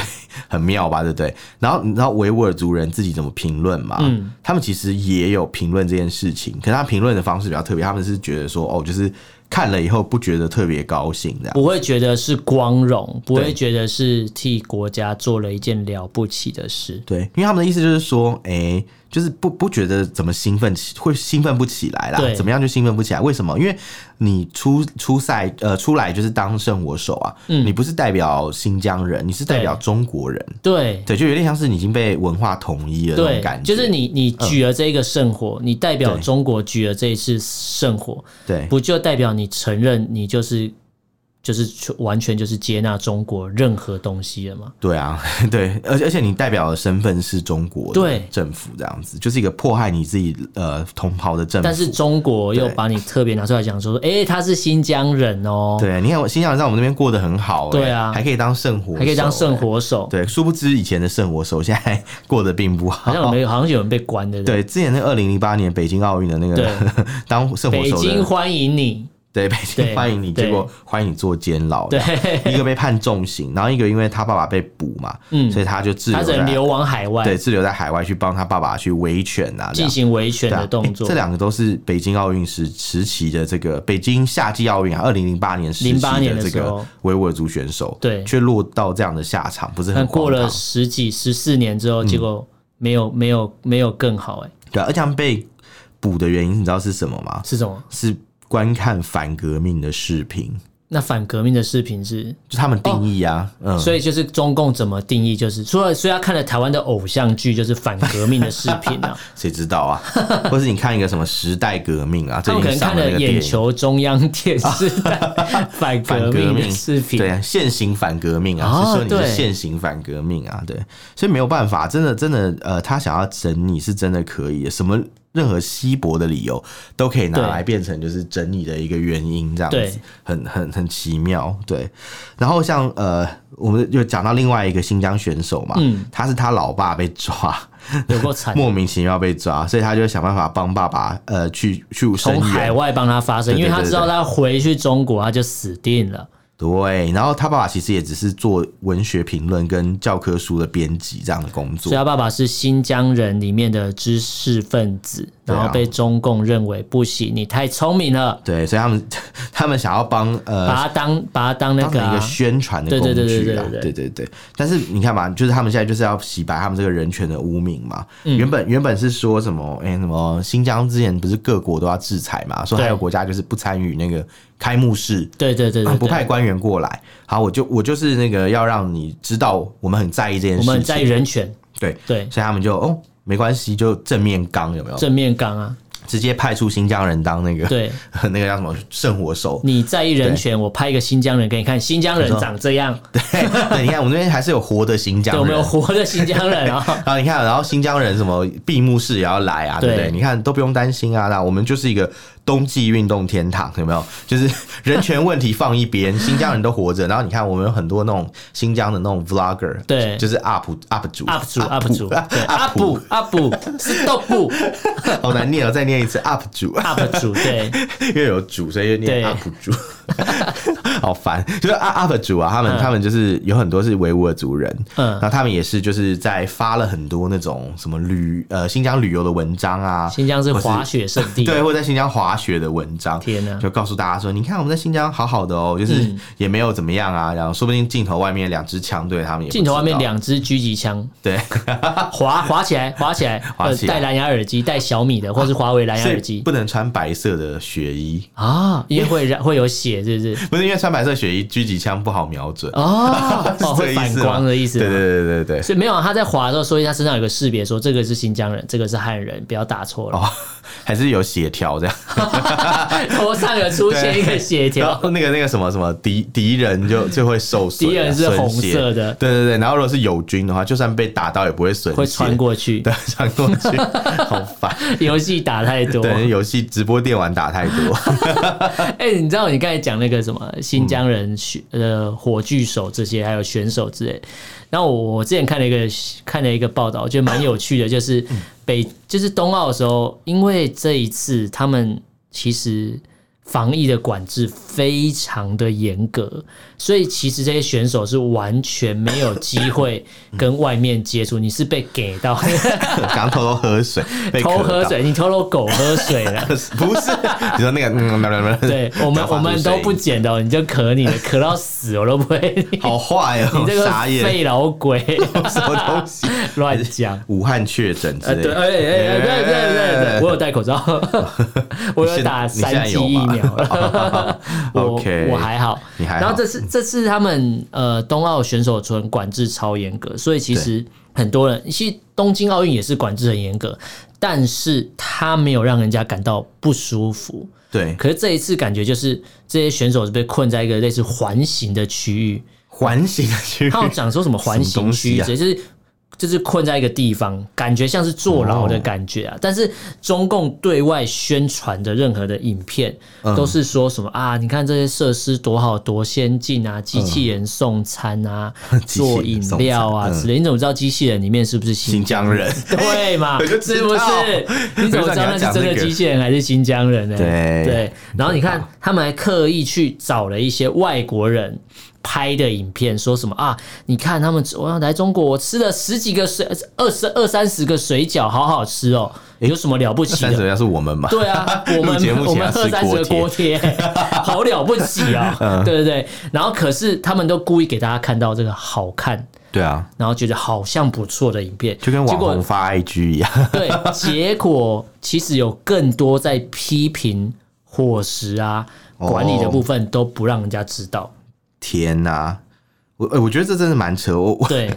B: 很妙吧，对不对？然后你知道维吾尔族人自己怎么评论吗？
A: 嗯
B: 他们其实也有评论这件事情，可是他评论的方式比较特别，他们是觉得说，哦，就是看了以后不觉得特别高兴这样。
A: 不会觉得是光荣，不会
B: 对
A: 觉得是替国家做了一件了不起的事。
B: 对，因为他们的意思就是说，哎、就是不不觉得怎么兴奋起，会兴奋不起来啦
A: 对。
B: 怎么样就兴奋不起来？为什么？因为你出出赛呃出来就是当胜我手啊，你不是代表新疆人，你是代表
A: 嗯对
B: 中国人。
A: 对
B: 对，就有点像是你已经被文化统一了那种
A: 对
B: 感，觉，嗯
A: 就是你你举了这个圣火，你代表
B: 对
A: 中国举了这一次圣火，
B: 对
A: 不就代表你承认你就是就是全完全就是接纳中国任何东西了吗？
B: 对啊， 对，而且而且你代表的身份是中国的
A: 对
B: 政府这样子，就是一个迫害你自己呃同袍的政府。
A: 但是中国又
B: 对
A: 把你特别拿出来讲说，哎、他是新疆人哦、
B: 对，你看我新疆人在我们那边过得很好、欸，
A: 对啊
B: 还可以当圣火，哎
A: 还可以当圣。火手，
B: 对，殊不知以前的圣火手现在过得并不好。
A: 好像有没有好像有人被关的，
B: 对，之前那二零零八年北京奥运的那个
A: 对
B: 当圣火
A: 北
B: 手
A: 京
B: 的，
A: 欢迎你，
B: 对北
A: 对
B: 京欢迎你，
A: 对
B: 结果欢迎你坐监牢，
A: 对，
B: 一个被判重刑，然后一个因为他爸爸被捕嘛，
A: 嗯
B: 所以他就滞
A: 他
B: 留
A: 只
B: 在
A: 能流亡海
B: 对
A: 外
B: 滞留在海外去帮他爸爸去维权啊，这
A: 进
B: 样
A: 行维权
B: 对啊
A: 的动作
B: 诶这。两个都是北京奥运时时期的这个北京夏季奥运啊，二零零八年时期
A: 08年的
B: 这
A: 时
B: 个
A: 候
B: 维吾尔族选手，
A: 对
B: 却落到这样的下场，不是
A: 但
B: 很嗯
A: 过
B: 荒
A: 了
B: 唐？
A: 十几十四年之后，结果没有没有没有更好、哎，
B: 对啊、而且他们被捕的原因，你知道是什么吗？
A: 是什么？
B: 是观看反革命的视频，
A: 那反革命的视频是，
B: 就他们定义啊，嗯，
A: 所以就是中共怎么定义，就是除了所以他看了台湾的偶像剧，就是反革命的视频 啊，
B: 谁知道啊？或是你看一个什么时代革命啊，
A: 他
B: 最
A: 们可能
B: 近上
A: 看
B: 的那
A: 了
B: 个
A: 眼
B: 电影。
A: 球中央电视 台反
B: 反
A: 革
B: 革
A: 命
B: 命
A: 的视频，
B: 对啊，现行反革命啊，
A: 哦
B: 是说你
A: 对
B: 是现行反革命啊，对，所以没有办法，真的真的，呃，他想要整你是真的可以的，什么任何稀薄的理由都可以拿
A: 对
B: 来变成就是整你的一个原因，这样
A: 对
B: 子，很很很奇妙，对。然后像呃，我们就讲到另外一个新疆选手嘛，
A: 嗯
B: 他是他老爸被 抓，
A: 有够惨，
B: 莫名其妙被抓，所以他就想办法帮爸爸呃去去
A: 从
B: 伸
A: 海
B: 冤，
A: 外帮他发声，
B: 对
A: 因
B: 对
A: 为他知道
B: 对对
A: 他回去中国他就死定了。
B: 对，然后他爸爸其实也只是做文学评论跟教科书的编辑这样的工
A: 所以
B: 作。
A: 他爸爸是啊新疆人里面的知识分子，
B: 对
A: 然
B: 啊
A: 后被中共认为不行，你太聪明了，
B: 对，所以他们他们想要帮
A: 把
B: 呃。
A: 他当把他当那
B: 当
A: 个
B: 成一
A: 啊、
B: 个宣传的
A: 对
B: 工
A: 对对
B: 具
A: 对
B: 啦，
A: 对对
B: 对对对。但是你看嘛，就是他们现在就是要洗白他们这个人权的污名嘛。
A: 嗯
B: 原本原本是说什么，哎、什么新疆之前不是各国都要制裁嘛，说还有
A: 对
B: 国家就是不参与那个开幕式，
A: 对对对对
B: 啊
A: 对，
B: 不派官员过来。好，我就我就是那个要让你知道我们很在意这件事
A: 我
B: 情，
A: 们很在意人权，
B: 对，
A: 对
B: 所以他们就哦没关系，就正面刚有没有？
A: 正面刚 啊，
B: 直接派出新疆人当那个
A: 对
B: 那个叫什么圣火手。
A: 你在意人权，我拍一个新疆人给你看，新疆人长这样，
B: 对，对你看我们那边还是有活的新疆
A: 对，
B: 人，
A: 我们有活的新疆人 啊、
B: 然后你看，然后新疆人什么闭幕式也要来啊，对不
A: 对
B: 对？你看都不用担心啊，那我们就是一个冬季运动天堂，有没 有？就是人权问题放一边，新疆人都活着。然后你看，我们有很多那种新疆的那种 vlogger，
A: 对
B: 就是 up up 主
A: UP 主 UP 主
B: 啊
A: 对
B: up
A: UP UP 是 UP
B: 好难念哦，再念一次 up 主
A: UP 主 对
B: 因为有主，所以就
A: 对
B: 念 UP 主， 好烦。就是 UP UP 主啊，他们、他们就是有很多是维吾尔族人，
A: 嗯
B: 嗯，然后他们也是就是在发了很多那种什么旅呃新疆旅游的文章啊，
A: 新疆是
B: 或
A: 滑雪圣地，
B: 对，或者在新疆滑雪的文章，
A: 天哪嗯
B: 就告诉大家说，你看我们在新疆好好的哦，就是也没有怎么样啊，然后说不定镜头外面两支枪对他们也不
A: 镜头外面
B: 知道
A: 两支狙击枪，
B: 对，
A: 滑滑 起来，滑起来，
B: 滑
A: 呃
B: 起来
A: 戴蓝牙耳机，戴小米的，或是华为蓝牙
B: 所
A: 耳
B: 以
A: 机
B: 不能穿白色的雪衣，
A: 啊，因为会染会有血，是不是？
B: 不是因为穿白色雪衣狙击枪不好瞄准，，
A: 哦
B: 是
A: 哦，
B: 这个
A: 会
B: 意思吗
A: 反光的意思。
B: 对对。对对对。
A: 所以没有啊他在滑的时候，所以他身上有个识别，说这个是新疆人，这个是汉人，不要打错了。
B: 哦， 还是有血条这样，
A: 头上有出现一个血
B: 然
A: 条，
B: 后那个那个什么什么敌敌人就就会受损啊，
A: 敌人是
B: 损
A: 红
B: 血
A: 色的
B: 对对对，然后如果是友军的话，就算被打到也不会损，
A: 会穿，过去
B: 对。， 穿过 去，好烦。
A: 游戏打太多。
B: 对，游戏直播电玩打太多，
A: 哎、你知道你刚才讲那个什么新疆人选、呃火炬手这些，还有选手之类。然后我我之前看了一个看了一个报道，我觉得蛮有趣的，就是
B: 嗯
A: 北就是冬奥的时候，因为这一次他们其实防疫的管制非常的严格，所以其实这些选手是完全没有机会
B: 嗯
A: 跟外面接触，你是被给到
B: 刚偷偷 喝水， 被
A: 偷
B: 咳
A: 喝
B: 到，
A: 水，你偷偷狗喝水了。
B: 不是？你说那 个，嗯，没有没有没有
A: 对我们
B: 发出
A: 我们都不
B: 声音
A: 捡的哦，你就咳你的，咳到死我都不会。你
B: 好坏哦，
A: 这个
B: 傻眼，
A: 废老 鬼，
B: 什么东西？
A: 乱讲。
B: 武汉确诊之
A: 呃，
B: 类
A: 对，
B: 的，
A: 哎哎哎，对对对对，我有戴口 罩，我有打
B: 你现在
A: 三剂疫
B: 你现 在
A: 苗
B: 有
A: 了
B: 吗，
A: 我
B: OK
A: 我还好。嗯
B: 你还好
A: 然后这次这次他们呃冬奥选手村管制超严格，所以其实很多人，其实东京奥运也是管制很严格，但是他没有让人家感到不舒服。
B: 对
A: 可是这一次感觉就是这些选手是被困在一个类似环形的区域，
B: 环形的区域
A: 他有讲说什么环
B: 什么
A: 形
B: 东
A: 区，
B: 西啊
A: 就是就是困在一个地方，感觉像是坐牢的感觉
B: 嗯
A: 啊。但是中共对外宣传的任何的影片，
B: 嗯
A: 都是说什么啊？你看这些设施多好多先进啊，机器人送餐啊，
B: 嗯 机器人
A: 做饮料啊
B: 送餐嗯
A: 之类。你怎么知道机器人里面是不是新
B: 新疆人，
A: 对嘛？
B: 我就知
A: 是不
B: 道
A: 是？你怎么知道那是真的
B: 我就知道你要讲这个
A: 机器人还是新疆人呢？
B: 对嗯
A: 然后你看，他们还刻意去找了一些外国人拍的影片，说什么啊？你看他们，我要来中国，我吃了十几个水，二十二三十个水饺，好好吃哦，有什么了不起
B: 三十
A: 的？
B: 人是我们嘛？
A: 对啊，我
B: 录节
A: 们
B: 目
A: 我
B: 前
A: 们
B: 要
A: 喝
B: 吃
A: 三十
B: 锅
A: 个
B: 贴嗯
A: 锅贴， 好了不起哦，对对对。然后可是他们都故意给大家看到这个好看，
B: 对啊，
A: 然后觉得好像不错的影片，
B: 就跟
A: 结
B: 网
A: 果
B: 红发 IG 一样，
A: 对，结果其实有更多在批评伙食啊、管理的部分都不让人家知道。
B: 天哪、我呃我觉得这真的蛮 扯，我我
A: 对，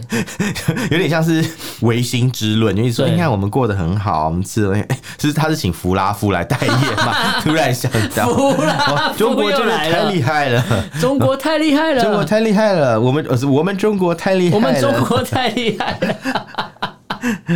B: 有点像是唯心之论，就一直说
A: 对
B: 你看我们过得很好，我们吃了，哎 是他是请弗拉夫来代言 嘛？突然想到，
A: 弗拉
B: 哇哦中
A: 又
B: 国真的
A: 来
B: 太
A: 了，
B: 厉害了，
A: 中国太厉害了，
B: 中国太厉害了，我们呃是我们中国太厉害了，
A: 我们中国太厉害了。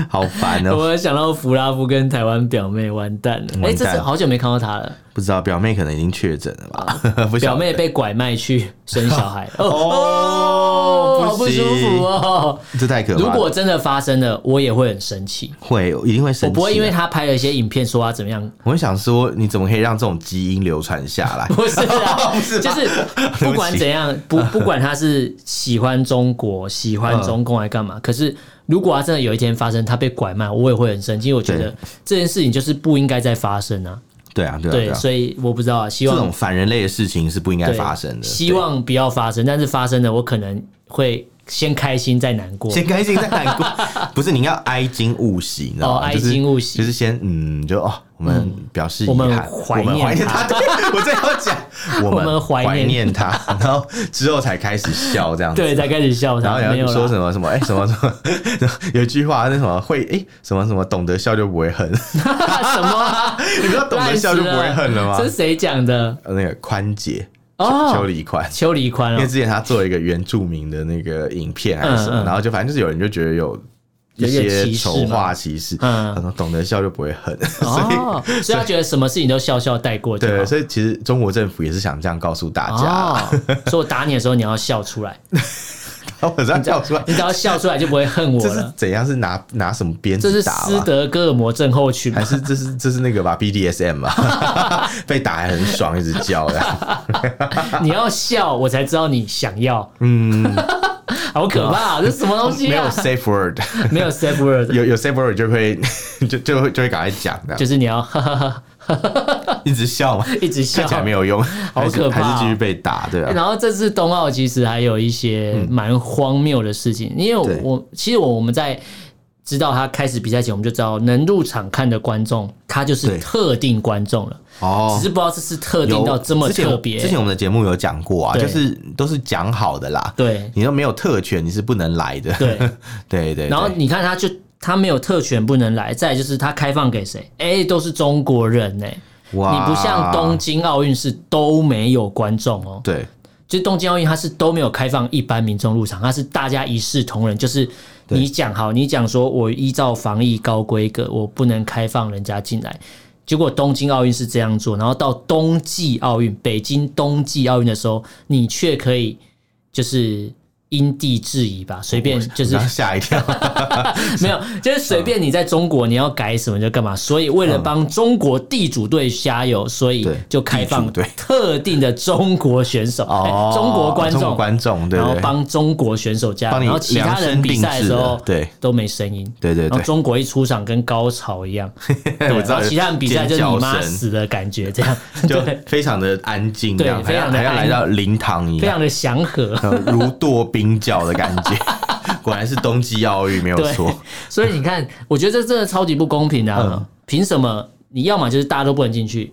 B: 好烦哦、
A: 我想到弗拉夫跟台湾表妹，完蛋了。哎、
B: 完蛋
A: 这次好久没看到她了，
B: 不知道表妹可能已经确诊了吧？ 不
A: 表
B: 晓得
A: 妹被拐卖去生小孩，哦，
B: 哦，
A: 好不舒服，哦。
B: 这太可怕了。
A: 如果真的发生了，我也会很生气。
B: 会一定会生气
A: 我
B: 的，
A: 不会因为她拍了一些影片说她怎么样，
B: 我会想说，你怎么可以让这种基因流传下 来？
A: 不是 啊，
B: 是吗
A: 就是 不管怎样，不不管他是喜欢中国、喜欢中共来干
B: 嗯
A: 嘛，可是如果他真的有一天发生他被拐卖，我也会很生气。因为我觉得
B: 对
A: 这件事情就是不应该再发生啊。
B: 对啊，对啊，对
A: 对，
B: 啊。
A: 所以我不知道啊，希
B: 这种
A: 望
B: 反人类的事情是不应该
A: 对
B: 发生的。
A: 希望不要发生。但是发生了，我可能会先开心再难过
B: 对。 先开心再难过，不是你要哀今勿喜，你知道吗？
A: 哦哀
B: 就是
A: 今勿喜
B: 就是先嗯，就哦，我们表示遗
A: 我
B: 憾，
A: 们
B: 我
A: 怀
B: 们
A: 念
B: 怀念
A: 他
B: 他。对， 我正要 讲，我
A: 我们
B: 们
A: 怀念
B: 怀念他，然后之后才开始笑这样子。
A: 对，才开始笑
B: 然
A: 他
B: 后
A: 没
B: 你
A: 有
B: 要说什
A: 啦。
B: 么什么哎、什么什么， 有一句话那什么会哎、什么什么懂得笑就不会恨， 你
A: 什么 啊？
B: 不知道懂得笑就不会恨 了吗？
A: 这是谁讲的？
B: 呃那个宽姐
A: 哦
B: 邱礼宽，
A: 邱黎宽
B: 因
A: 哦
B: 为，之前他做一个原住民的那个影片还是什
A: 嗯
B: 么，
A: 嗯
B: 然后就反正就是有人就觉得有一
A: 有点
B: 些
A: 歧视
B: 丑
A: 嘛
B: 化歧视，
A: 嗯
B: 然后懂得笑就不会恨，
A: 哦
B: 所，
A: 所以他觉得什么事情都笑笑带过
B: 以
A: 就好
B: 对，。所以其实中国政府也是想这样告诉大家，
A: 哦，所以我打你的时候你要笑出来，哦
B: 我这样叫出来
A: 你，只要笑出来就不会恨我
B: 这是
A: 了。
B: 怎样？是拿拿什么鞭
A: 这
B: 子
A: 是
B: 打
A: 斯
B: 吧？
A: 德哥尔摩症候群
B: 还
A: 吗？
B: 是这是这是那个吧 ？BDSM 吧，啊被打还很爽，一直叫的，
A: 你要笑，我才知道你想要。嗯， 好可怕、这是什么东西
B: 没有
A: 啊？
B: safe word，
A: 没有 safe word，
B: 哦有有 safe word 就会 就就会就会赶快讲的
A: 就，是你要 哈哈哈，
B: 一直笑嘛，
A: 一直笑
B: 看起。来没有用，好
A: 可怕哦
B: 还是继续被打，对啊，
A: 然后这次冬奥其实还有一些蛮荒谬的事情，因为
B: 嗯对
A: 我其实我们在知道他开始比赛前，我们就知道能入场看的观众，他就是
B: 对
A: 特定观众了，
B: 哦
A: 只是不知道这次特定
B: 有
A: 到这么
B: 之前
A: 特别。
B: 之前我们的节目有讲过啊，
A: 对
B: 就是都是讲好的啦，
A: 对
B: 你都没有特权，你是不能来的。
A: 对
B: 对对，
A: 然后
B: 对
A: 你看，他就他没有特权不能来，再来就是他开放给谁？哎、都是中国人呢、
B: 哇
A: 你不像东京奥运是都没有观众哦，
B: 对
A: 就东京奥运它是都没有开放一般民众入场，它是大家一视同仁，就是你讲好，你讲说我依照防疫高规格，我不能开放人家进来。结果东京奥运是这样做，然后到冬季奥运，北京冬季奥运的时候，你却可以就是因地制宜吧，随便就是
B: 然后吓一跳。
A: 没有，就是随便你在中国你要改什么就干嘛。所以为了帮中国地主队加油，所以
B: 嗯对
A: 就开
B: 地
A: 放
B: 主队
A: 特定的中国选手、
B: 哦
A: 哎， 中国观
B: 中
A: 众、
B: 国观众对
A: 然后
B: 对
A: 帮中国选手加油，
B: 帮你
A: 然后其他人比赛的时
B: 量身定
A: 候
B: 制的对
A: 都没声音，
B: 对对对
A: 然后中国一出场跟高潮一样，对，
B: 我知道
A: 然后其他人比赛就是你妈
B: 尖叫声
A: 死的感觉， 这样
B: 就
A: 对，
B: 非常的安静，这样
A: 对
B: 还要
A: 非常地
B: 还要来
A: 安
B: 到灵堂一
A: 非常
B: 样，
A: 的祥和。
B: 呃如堕冰窖的感 觉。果然是冬季奥运没有
A: 对
B: 错，
A: 所以你看， 我觉得这真的超级不公平的、
B: 嗯
A: 啊。凭、什么你要么就是大家都不能进去，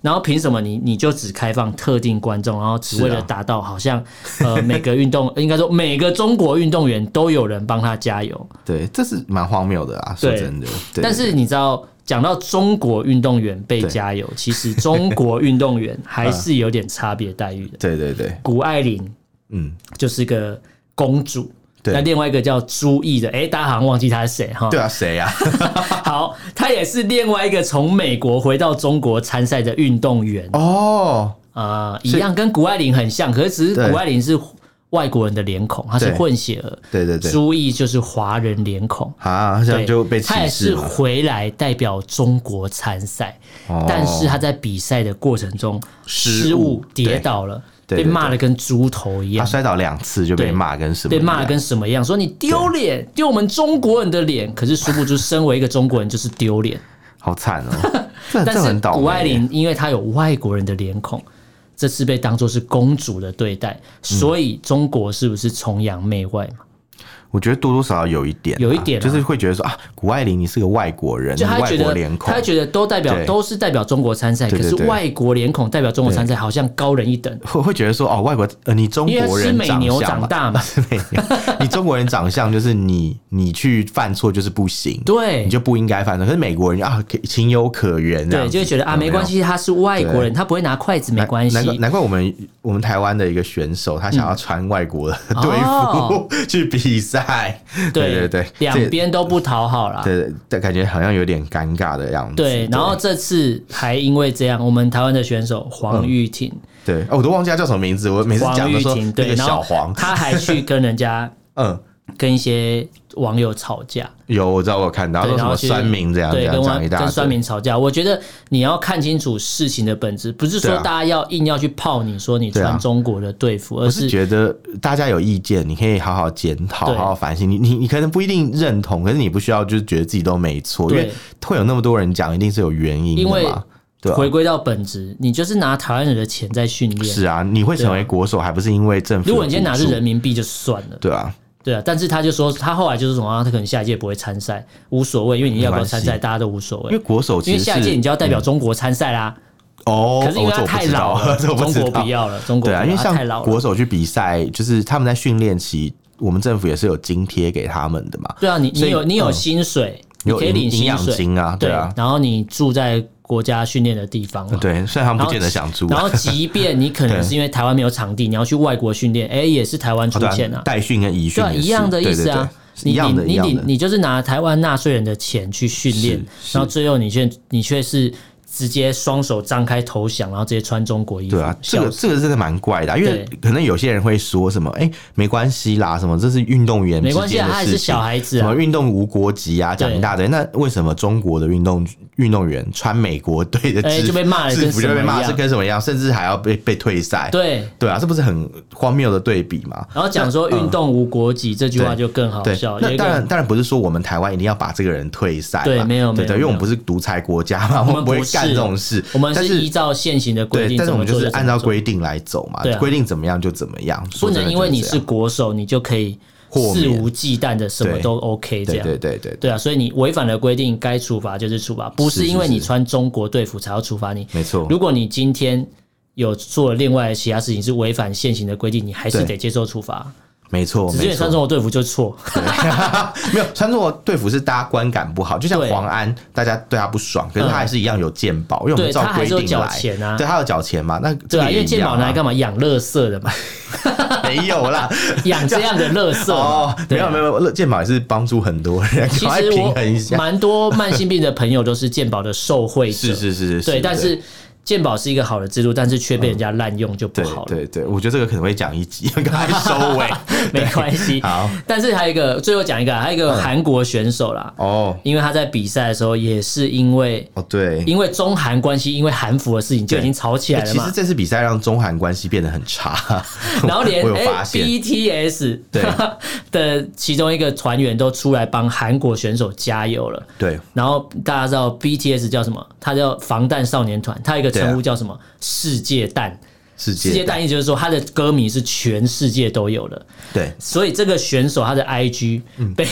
A: 然后凭什么你你就只开放特定观众，然后只为
B: 是
A: 了
B: 啊
A: 达到好像、 呃每个运动应该说每个中国运动员都有人帮他加油。
B: 对，这是蛮荒谬的啊，说
A: 对
B: 真的。对
A: 但是你知道，讲到中国运动员被加油，其实中国运动员还是有点差别待遇的。
B: 对对对，
A: 谷爱凌
B: 嗯，
A: 就是个公主。
B: 对
A: 那另外一个叫朱毅的，哎、大家好像忘记他是谁哈。
B: 对啊，谁啊？
A: 好，他也是另外一个从美国回到中国参赛的运动员，
B: 哦，
A: 呃，一样跟谷爱凌很像，可是只
B: 对
A: 是谷爱凌是外国人的脸孔，她是
B: 对
A: 混血儿，
B: 对对对，
A: 朱毅就是华人脸孔。
B: 啊，这样
A: 对
B: 就被歧
A: 他也
B: 视
A: 是
B: 了。
A: 回来代表中国参赛，
B: 哦
A: 但是他在比赛的过程中
B: 失误
A: 失误跌
B: 对
A: 倒了，
B: 对
A: 被
B: 对
A: 骂的跟猪头一
B: 他
A: 样。
B: 摔倒两次就被
A: 对
B: 骂跟什么一
A: 被
B: 样？
A: 骂得跟什么一样？说你丢脸，丢我们中国人的脸。可是殊不知，身为一个中国人就是丢脸。
B: 好惨 哦，这
A: 但
B: 这
A: 是
B: 很倒霉耶。
A: 谷爱凌因为她有外国人的脸孔，这次被当做是公主的对待，
B: 嗯
A: 所以中国是不是崇洋媚外嘛？
B: 我觉得多多少少有一点啊，
A: 有一点啊
B: 就是会觉得说啊，谷爱凌你是个外国人，你
A: 就她
B: 外
A: 觉
B: 国
A: 得
B: 脸，孔
A: 她，觉得都代表
B: 对
A: 都是代表中国参赛，
B: 对
A: 可
B: 对
A: 是
B: 对
A: 外国脸孔代表中国参赛好像高人一等，
B: 会会觉得说哦，外国呃，你中
A: 因为
B: 国
A: 她吃
B: 人
A: 美
B: 长
A: 牛
B: 相
A: 长
B: 嘛，
A: 大嘛，
B: 是美牛， 你中国人长相就是你你去犯错就是不行，
A: 对
B: 你。就不应该犯错。可是美国人啊，可情有可原这样
A: 对，
B: 子，
A: 就会觉得啊，
B: 有没
A: 没
B: 有
A: 关。系，他是外国人，他不会拿筷子，没
B: 难
A: 关系嗯
B: 难。怪难怪我们我们台湾的一个选手，他想要穿外国的队服
A: 哦
B: 去比赛，对对对，
A: 两边都不讨好啦。
B: 对，但感觉好像有点尴尬的样子。
A: 对，然后这次还因为这样，我们台湾的选手黄玉婷，
B: 对，哦，我都忘记他叫什么名字，我每次
A: 黄
B: 讲
A: 玉
B: 都说
A: 婷
B: 那
A: 对，
B: 个
A: 然
B: 小
A: 后
B: 黄，
A: 他还去跟人 家
B: 嗯，
A: 跟一些网友吵架，
B: 有我知道我有看到，他
A: 对，
B: 啊说什
A: 然后
B: 么
A: 去
B: 酸民这样这
A: 对，
B: 样
A: 跟
B: 讲一
A: 网
B: 大
A: 跟酸
B: 堆，
A: 民吵架。我觉得你要看清楚事情的本质，不是说
B: 对啊
A: 大家要硬要去泡你说你
B: 对啊
A: 穿中国的队服，而
B: 我是
A: 是
B: 觉得大家有意见，你可以好好检讨，
A: 对
B: 好好反省。你你你可能不一定认同，可是你不需要就是觉得自己都没错，因
A: 对
B: 为会有那么多人讲，一定是有原因
A: 因为
B: 的嘛，对啊吧
A: 回？归到本质，你就是拿台湾人的钱在训练
B: 是。啊，你会成为国手，还不是因为政
A: 啊
B: 府？
A: 如果你今天拿的是人，民币就算了，
B: 对啊，
A: 对啊，但是他就说他后来就是什么啊，他可能下一届不会参赛，无所谓，因为你要不要参
B: 没
A: 赛
B: 关
A: 大家都无所
B: 因
A: 谓，
B: 为国手
A: 因
B: 其
A: 为
B: 实
A: 下一
B: 是嗯
A: 届你就要代表中国参赛啦。
B: 哦，
A: 可是因为
B: 哦这
A: 他
B: 我不
A: 太
B: 知道
A: 老了，
B: 这我
A: 中
B: 知
A: 国
B: 道
A: 不要了，中国
B: 对啊，
A: 不
B: 因为
A: 要
B: 像
A: 太老
B: 国
A: 了。
B: 手去比赛，就是他们在训练期，我们政府也是有津贴给他们的嘛，
A: 对啊，你你
B: 所以
A: 有你有
B: 嗯
A: 薪水，你
B: 有
A: 可以
B: 营
A: 领
B: 营
A: 薪
B: 养
A: 水，
B: 金啊，对啊，
A: 然后你住在国家训练的地方嘛，
B: 对，虽然他
A: 然
B: 们不
A: 后
B: 见得想租
A: 然
B: 啊，
A: 后 即便你可
B: 对
A: 能是因为台湾没有场地，你要去外国训练，哎，也是台湾出
B: 对
A: 钱
B: 啊
A: 啊，
B: 代训跟遗
A: 对
B: 训
A: 啊，
B: 也是
A: 一样的意思啊。
B: 对对对
A: 你
B: 一样的，一
A: 你
B: 样
A: 你
B: 的，
A: 你就是拿台湾纳税人的钱去训练
B: 是，是
A: 然后最后你却你却是直接双手张开投降，然后直接穿中国衣服
B: 对啊，，这
A: 笑
B: 个
A: 死！
B: 这个真的蛮怪的啊、因为可能有些人会说什么，哎、没关系啦，什么这是运动员
A: 没关系啊
B: 之间的
A: 他也是
B: 事情
A: 小孩子啊
B: 什么运动无国籍啊，讲一
A: 对
B: 大堆。那为什么中国的运动运动员穿美国队的制服、
A: 哎就被骂得
B: 制
A: 跟
B: 服
A: 什
B: 就被
A: 么
B: 骂
A: 一
B: 是
A: 样
B: 跟什么一样，甚至还要被被退赛？
A: 对，
B: 对啊，这不是很荒谬的对比吗？
A: 然后讲说运动无国籍这句话就更好
B: 嗯对
A: 笑，，有
B: 那
A: 一
B: 当
A: 个
B: 然，当然不是说我们台湾一定要把这个人退赛嘛，
A: 对没有
B: 对
A: 没有
B: 对，因为我
A: 没有
B: 们不是独裁国家嘛，我
A: 们
B: 不会
A: 不是
B: 干这种事，
A: 我们
B: 但
A: 是依照现行的规
B: 对，
A: 定
B: 但是
A: 怎
B: 我
A: 么
B: 们
A: 做
B: 就
A: 怎么做，
B: 是按照规定来走嘛
A: 对，啊
B: 规定怎么样就怎么样，
A: 不
B: 说真的
A: 能因为你
B: 就是这
A: 是
B: 样
A: 国手，你就可以
B: 豁
A: 肆
B: 免
A: 无忌惮的什么
B: 对
A: 都 OK 这
B: 对
A: 样。
B: 对对对对，
A: 对啊，所以你违反了规定，该处罚就是处罚，不
B: 是
A: 是
B: 是
A: 因为你
B: 是
A: 穿中国队服才要处罚你。
B: 没错，
A: 如果你今天有做另外其他事情是违反现行的规定，你还是
B: 对
A: 得接受处罚。
B: 没错，
A: 只是
B: 没
A: 你穿
B: 错，
A: 中
B: 啊
A: 国队服就 错，
B: 没有穿着队服是大家观感不好，就像
A: 对嗯
B: 黄安，大家对他不爽，可是他还是一样有健保，因为我们
A: 对
B: 照
A: 他还
B: 规
A: 是有
B: 定
A: 缴
B: 来，
A: 钱啊
B: 对他有缴钱嘛，那这
A: 对
B: 个
A: 啊，因
B: 也
A: 为
B: 一
A: 健
B: 样
A: 保拿来
B: 啊
A: 干嘛？养乐色的嘛，
B: 没有啦，
A: 养这样的乐色
B: 哦
A: 嘛。，
B: 没
A: 对啊
B: 有没有，没有健保也是帮助很多人，
A: 其
B: 赶快
A: 实
B: 平
A: 我
B: 衡一下。
A: 蛮多慢性病的朋友都是健保的受惠者，
B: 是是是是，
A: 对，但是鉴宝是一个好的制度，但是却被人家滥用就不
B: 对
A: 好了。
B: 对对，我觉得这个可能会讲一集， 赶快 收尾。
A: 没关系。
B: 好
A: 但是还有一个，最后讲一个，还有一个韩国选手啦，
B: 哦
A: 因为他在比赛的时候也是因为
B: 哦，对，
A: 因为中韩关系，因为韩服的事情就已经吵起来了
B: 哎其实
A: 嘛。
B: 这次比赛让中韩关系变得很差，
A: 然后连
B: 我有
A: 哎
B: 发现
A: BTS
B: 对
A: 的其中一个团员都出来帮韩国选手加油了。
B: 对
A: 然后大家知道 BTS 叫什么？它叫防弹少年团，它有一个
B: 对啊
A: 称呼叫什么？世界弹。
B: 世
A: 世界
B: 界
A: 弹意思就是说，他的歌迷是全世界都有的。
B: 对
A: 所以这个选手他的 IG 被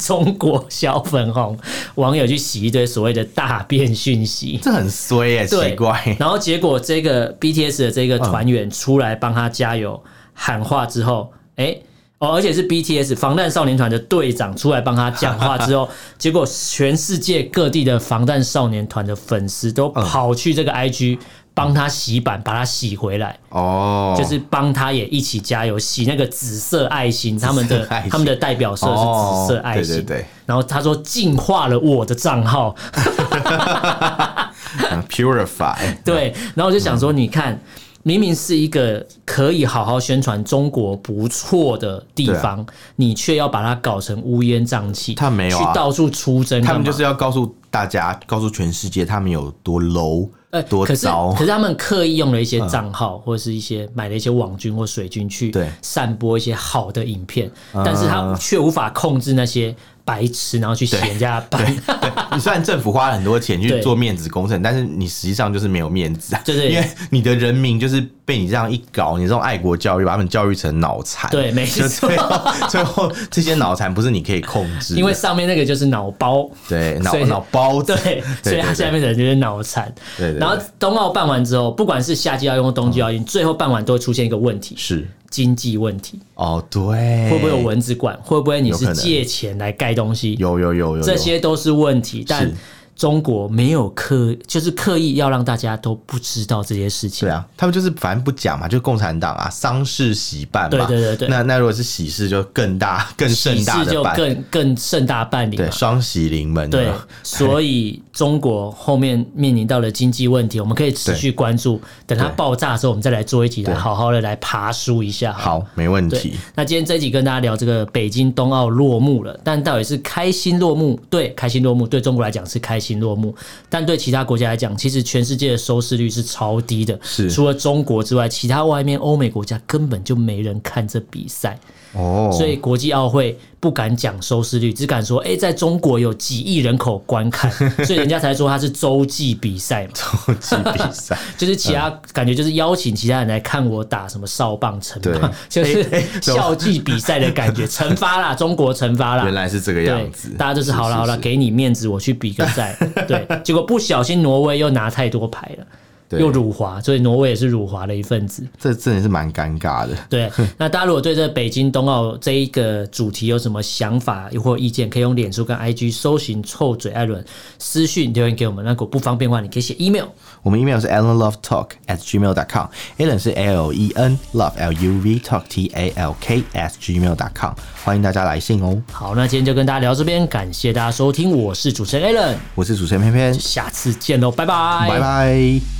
A: 中国小粉红网友去洗一堆所谓的大便讯息。
B: 这很衰耶，
A: 对
B: 奇怪。
A: 然后结果这个 BTS 的这个团员出来帮他加油、
B: 嗯
A: 喊话之后，哎、哦，而且是 BTS 防弹少年团的队长出来帮他讲话之 后，结果全世界各地的防弹少年团的粉丝都跑去
B: 嗯
A: 这个 IG 帮他洗版，把他洗回来。
B: 哦，
A: 就是帮他也一起加油，洗那个紫色爱心，他们的
B: 爱心
A: 他们的代表色是紫色爱心。
B: 哦对对对
A: 然后他说净化了我的账号，
B: 嗯 purify，
A: 对。然后我就想说，你看，明明是一个可以好好宣传中国不错的地方，你却要把它搞成乌烟瘴气。
B: 啊他没有啊
A: 去到处出征干嘛，
B: 他们就是要告诉大家，告诉全世界他们有多 low，
A: 呃，
B: 多
A: 可是
B: 糟嗯
A: 可。是他们刻意用了一些账号，或者是一些买了一些网军或水军去
B: 对嗯
A: 散播一些好的影片，但是他却无法控制那些白痴，然后去写人家版，
B: 你虽然政府花了很多钱去
A: 对
B: 做面子工程，但是你实际上就是没有面 子啊，
A: 对对
B: 因为你的人民就是被你这样一搞，你这种爱国教育把他们教育成脑残，
A: 对没
B: 就
A: 错
B: 最后最后这些脑残不是你可以控制的，
A: 因为上面那个就是脑包。
B: 对脑
A: 所以
B: 脑包子，
A: 对，所以他下面的人就是脑残。
B: 对对嗯对
A: 然后冬奥办完之后，不管是夏季奥运、冬季奥运，最后办完都会出现一个问题：
B: 是
A: 经济问题。
B: 哦，对，
A: 会不会有蚊子馆？会不会你
B: 有可
A: 是
B: 能
A: 借钱来盖东西？
B: 有有有有有
A: 这些都是问题，但中国没有刻，就是刻意要让大家都不知道这些事情。
B: 对啊，他们就是反正不讲嘛，就共产党啊，丧事喜办嘛。
A: 对对对对
B: 那那如果是喜事，就更大、更
A: 喜
B: 盛大
A: 事
B: 的
A: 就
B: 办，
A: 更更盛大办理嘛
B: 对，。嗯双喜临门。啊
A: 对，所以中国后面面临到了经济问题，我们可以持续关注。等它
B: 对
A: 爆炸的时候，我们再来做一题，来
B: 对
A: 好好的来爬书一下。
B: 好，没问
A: 对
B: 题。，
A: 那今天这一集跟大家聊这个北京冬奥落幕了，但到底是开心落幕？对，开心落幕，对中国来讲是开心落幕，但对其他国家来讲，其实全世界的收视率是超低的。
B: 是
A: 除了中国之外，其他外面欧美国家根本就没人看这比赛，
B: 哦，
A: 所以 国际奥会不敢讲收视率，只敢说，哎、在中国有几亿人口观 看，所以人家才说它是洲际比赛嘛。
B: 国际比赛，
A: 就是其他、
B: 嗯
A: 感觉就是邀请其他人来看我打什么哨棒惩罚， 就
B: 对
A: 是
B: 哎哎怎么
A: 校际比赛的感觉，惩罚啦， 中国惩罚
B: 原
A: 啦。
B: 来是这个 样
A: 对
B: 子。，
A: 大家就是好了好了，
B: 是
A: 给你面子，我去比个赛。 对，结果不小心挪威又拿太多牌了，
B: 对
A: 又辱华，所以挪威也是辱华的一份子。
B: 这真的是蛮尴尬的。
A: 对，那大家如果对这北京冬奥这一个主题有什么想法或意见，可以用脸书跟 IG 搜寻“臭嘴艾伦”私讯留言给我们。那如果不方便的话，你可以写 email。
B: 我们 email 是 allenlovetalk at gmail dot com，allen 是 L E N love L U V talk T A L K at gmail dot com，欢迎大家来信哦。
A: 好，那今天就跟大家聊这边，感谢大家收听，我是主持人 Alan，
B: 我是主持人偏偏，
A: 下次见喽，拜拜，
B: 拜拜。